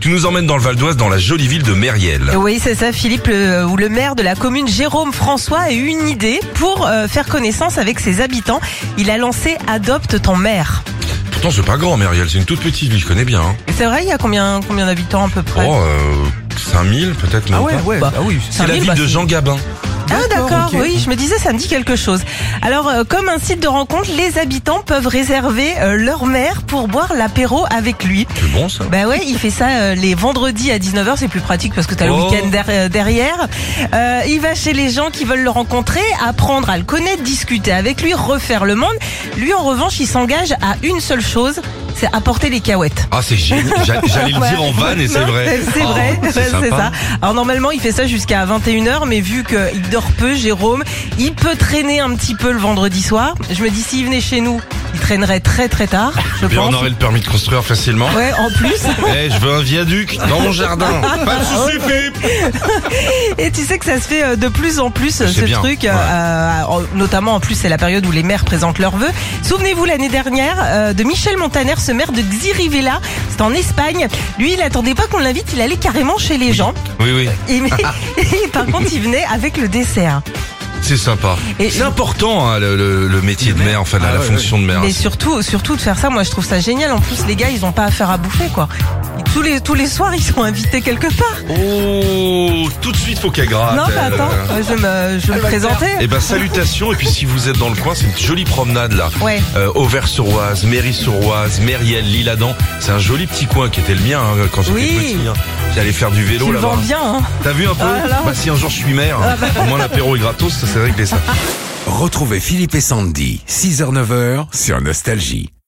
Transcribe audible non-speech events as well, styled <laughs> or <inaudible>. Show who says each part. Speaker 1: Tu nous emmènes dans le Val d'Oise, dans la jolie ville de Mériel.
Speaker 2: Oui, c'est ça, Philippe, le, ou le maire de la commune Jérôme François a eu une idée pour euh, faire connaissance avec ses habitants. Il a lancé Adopte ton maire.
Speaker 1: Pourtant, c'est pas grand, Mériel, c'est une toute petite ville, je connais bien. hein.
Speaker 2: C'est vrai, il y a combien, combien d'habitants à peu près
Speaker 1: Oh, euh, 5000 peut-être même pas.
Speaker 2: Bah,
Speaker 3: ah oui.
Speaker 1: C'est la
Speaker 2: 5000,
Speaker 1: ville
Speaker 2: bah,
Speaker 1: de Jean Gabin.
Speaker 2: Ah
Speaker 3: D'accord,
Speaker 2: d'accord,
Speaker 3: ok.
Speaker 2: oui, je me disais ça me dit quelque chose. Alors euh, comme un site de rencontre, les habitants peuvent réserver euh, leur maire pour boire l'apéro avec lui.
Speaker 1: C'est bon ça
Speaker 2: Bah ouais, il fait ça euh, les vendredis à 19h, c'est plus pratique parce que t'as le
Speaker 1: Oh.
Speaker 2: week-end der- euh, derrière. Euh, il va chez les gens qui veulent le rencontrer, apprendre à le connaître, discuter avec lui, refaire le monde. Lui en revanche, il s'engage à une seule chose, c'est apporter les cahuètes.
Speaker 1: Ah, c'est génial. J'a-
Speaker 2: <laughs>
Speaker 1: J'allais le dire en vanne et c'est
Speaker 2: Non,
Speaker 1: vrai.
Speaker 2: <laughs> C'est
Speaker 1: Ah,
Speaker 2: vrai,
Speaker 1: c'est
Speaker 2: c'est
Speaker 1: sympa.
Speaker 2: ça. Alors normalement, il fait ça jusqu'à 21h, mais vu qu'il dort peu, Jérôme, il peut traîner un petit peu le vendredi soir. Je me dis, s'il venait chez nous, il traînerait très très tard, je
Speaker 1: Eh Bien, on
Speaker 2: pense.
Speaker 1: aurait le permis de construire facilement.
Speaker 2: Ouais, en plus.
Speaker 1: Eh, je veux un viaduc dans mon
Speaker 2: <laughs>
Speaker 1: jardin. Pas de soucis, Philippe.
Speaker 2: Et tu sais que ça se fait euh, de plus en plus euh,
Speaker 1: C'est
Speaker 2: ce
Speaker 1: bien,
Speaker 2: truc,
Speaker 1: ouais.
Speaker 2: euh, en- notamment en plus c'est la période où les maires présentent leurs vœux. Souvenez-vous l'année dernière euh, de Michel Montaner, ce maire de Xirivella, c'était en Espagne. Lui, il attendait pas qu'on l'invite, il allait carrément chez les gens.
Speaker 1: Oui, oui, <laughs>
Speaker 2: Et, mais- et par contre, il venait avec le dessert.
Speaker 1: c'est sympa.
Speaker 2: Et-
Speaker 1: C'est important, hein, le, le- le métier de maire, enfin, la,
Speaker 3: Ah,
Speaker 1: la
Speaker 3: ouais,
Speaker 1: fonction de maire.
Speaker 2: Mais surtout, surtout de faire ça, moi je trouve ça génial. En plus, les gars, ils ont pas à faire à bouffer quoi. Tous les tous les soirs, ils sont invités quelque part.
Speaker 1: Oh, tout de suite, faut qu'elle gratte.
Speaker 2: non, mais
Speaker 1: elle.
Speaker 2: attends, je me je me présentais.
Speaker 1: Eh ben salutations et puis si vous êtes dans le coin, c'est une jolie promenade là.
Speaker 2: Ouais.
Speaker 1: Euh, Auvers-sur-Oise, Mairie-sur-Oise, Mériel, Lille-Adam. C'est un joli petit coin qui était le mien hein, quand j'étais
Speaker 2: Oui.
Speaker 1: petit. hein. J'allais faire du vélo
Speaker 2: Tu le
Speaker 1: là-bas.
Speaker 2: vends bien. Hein.
Speaker 1: T'as vu un peu
Speaker 2: Ah, là. Ah, bah.
Speaker 1: Bah si un jour je suis maire, au moins l'apéro est gratos, ça c'est réglé ça.
Speaker 3: Retrouvez Philippe et Sandy, 6h-9h sur Nostalgie.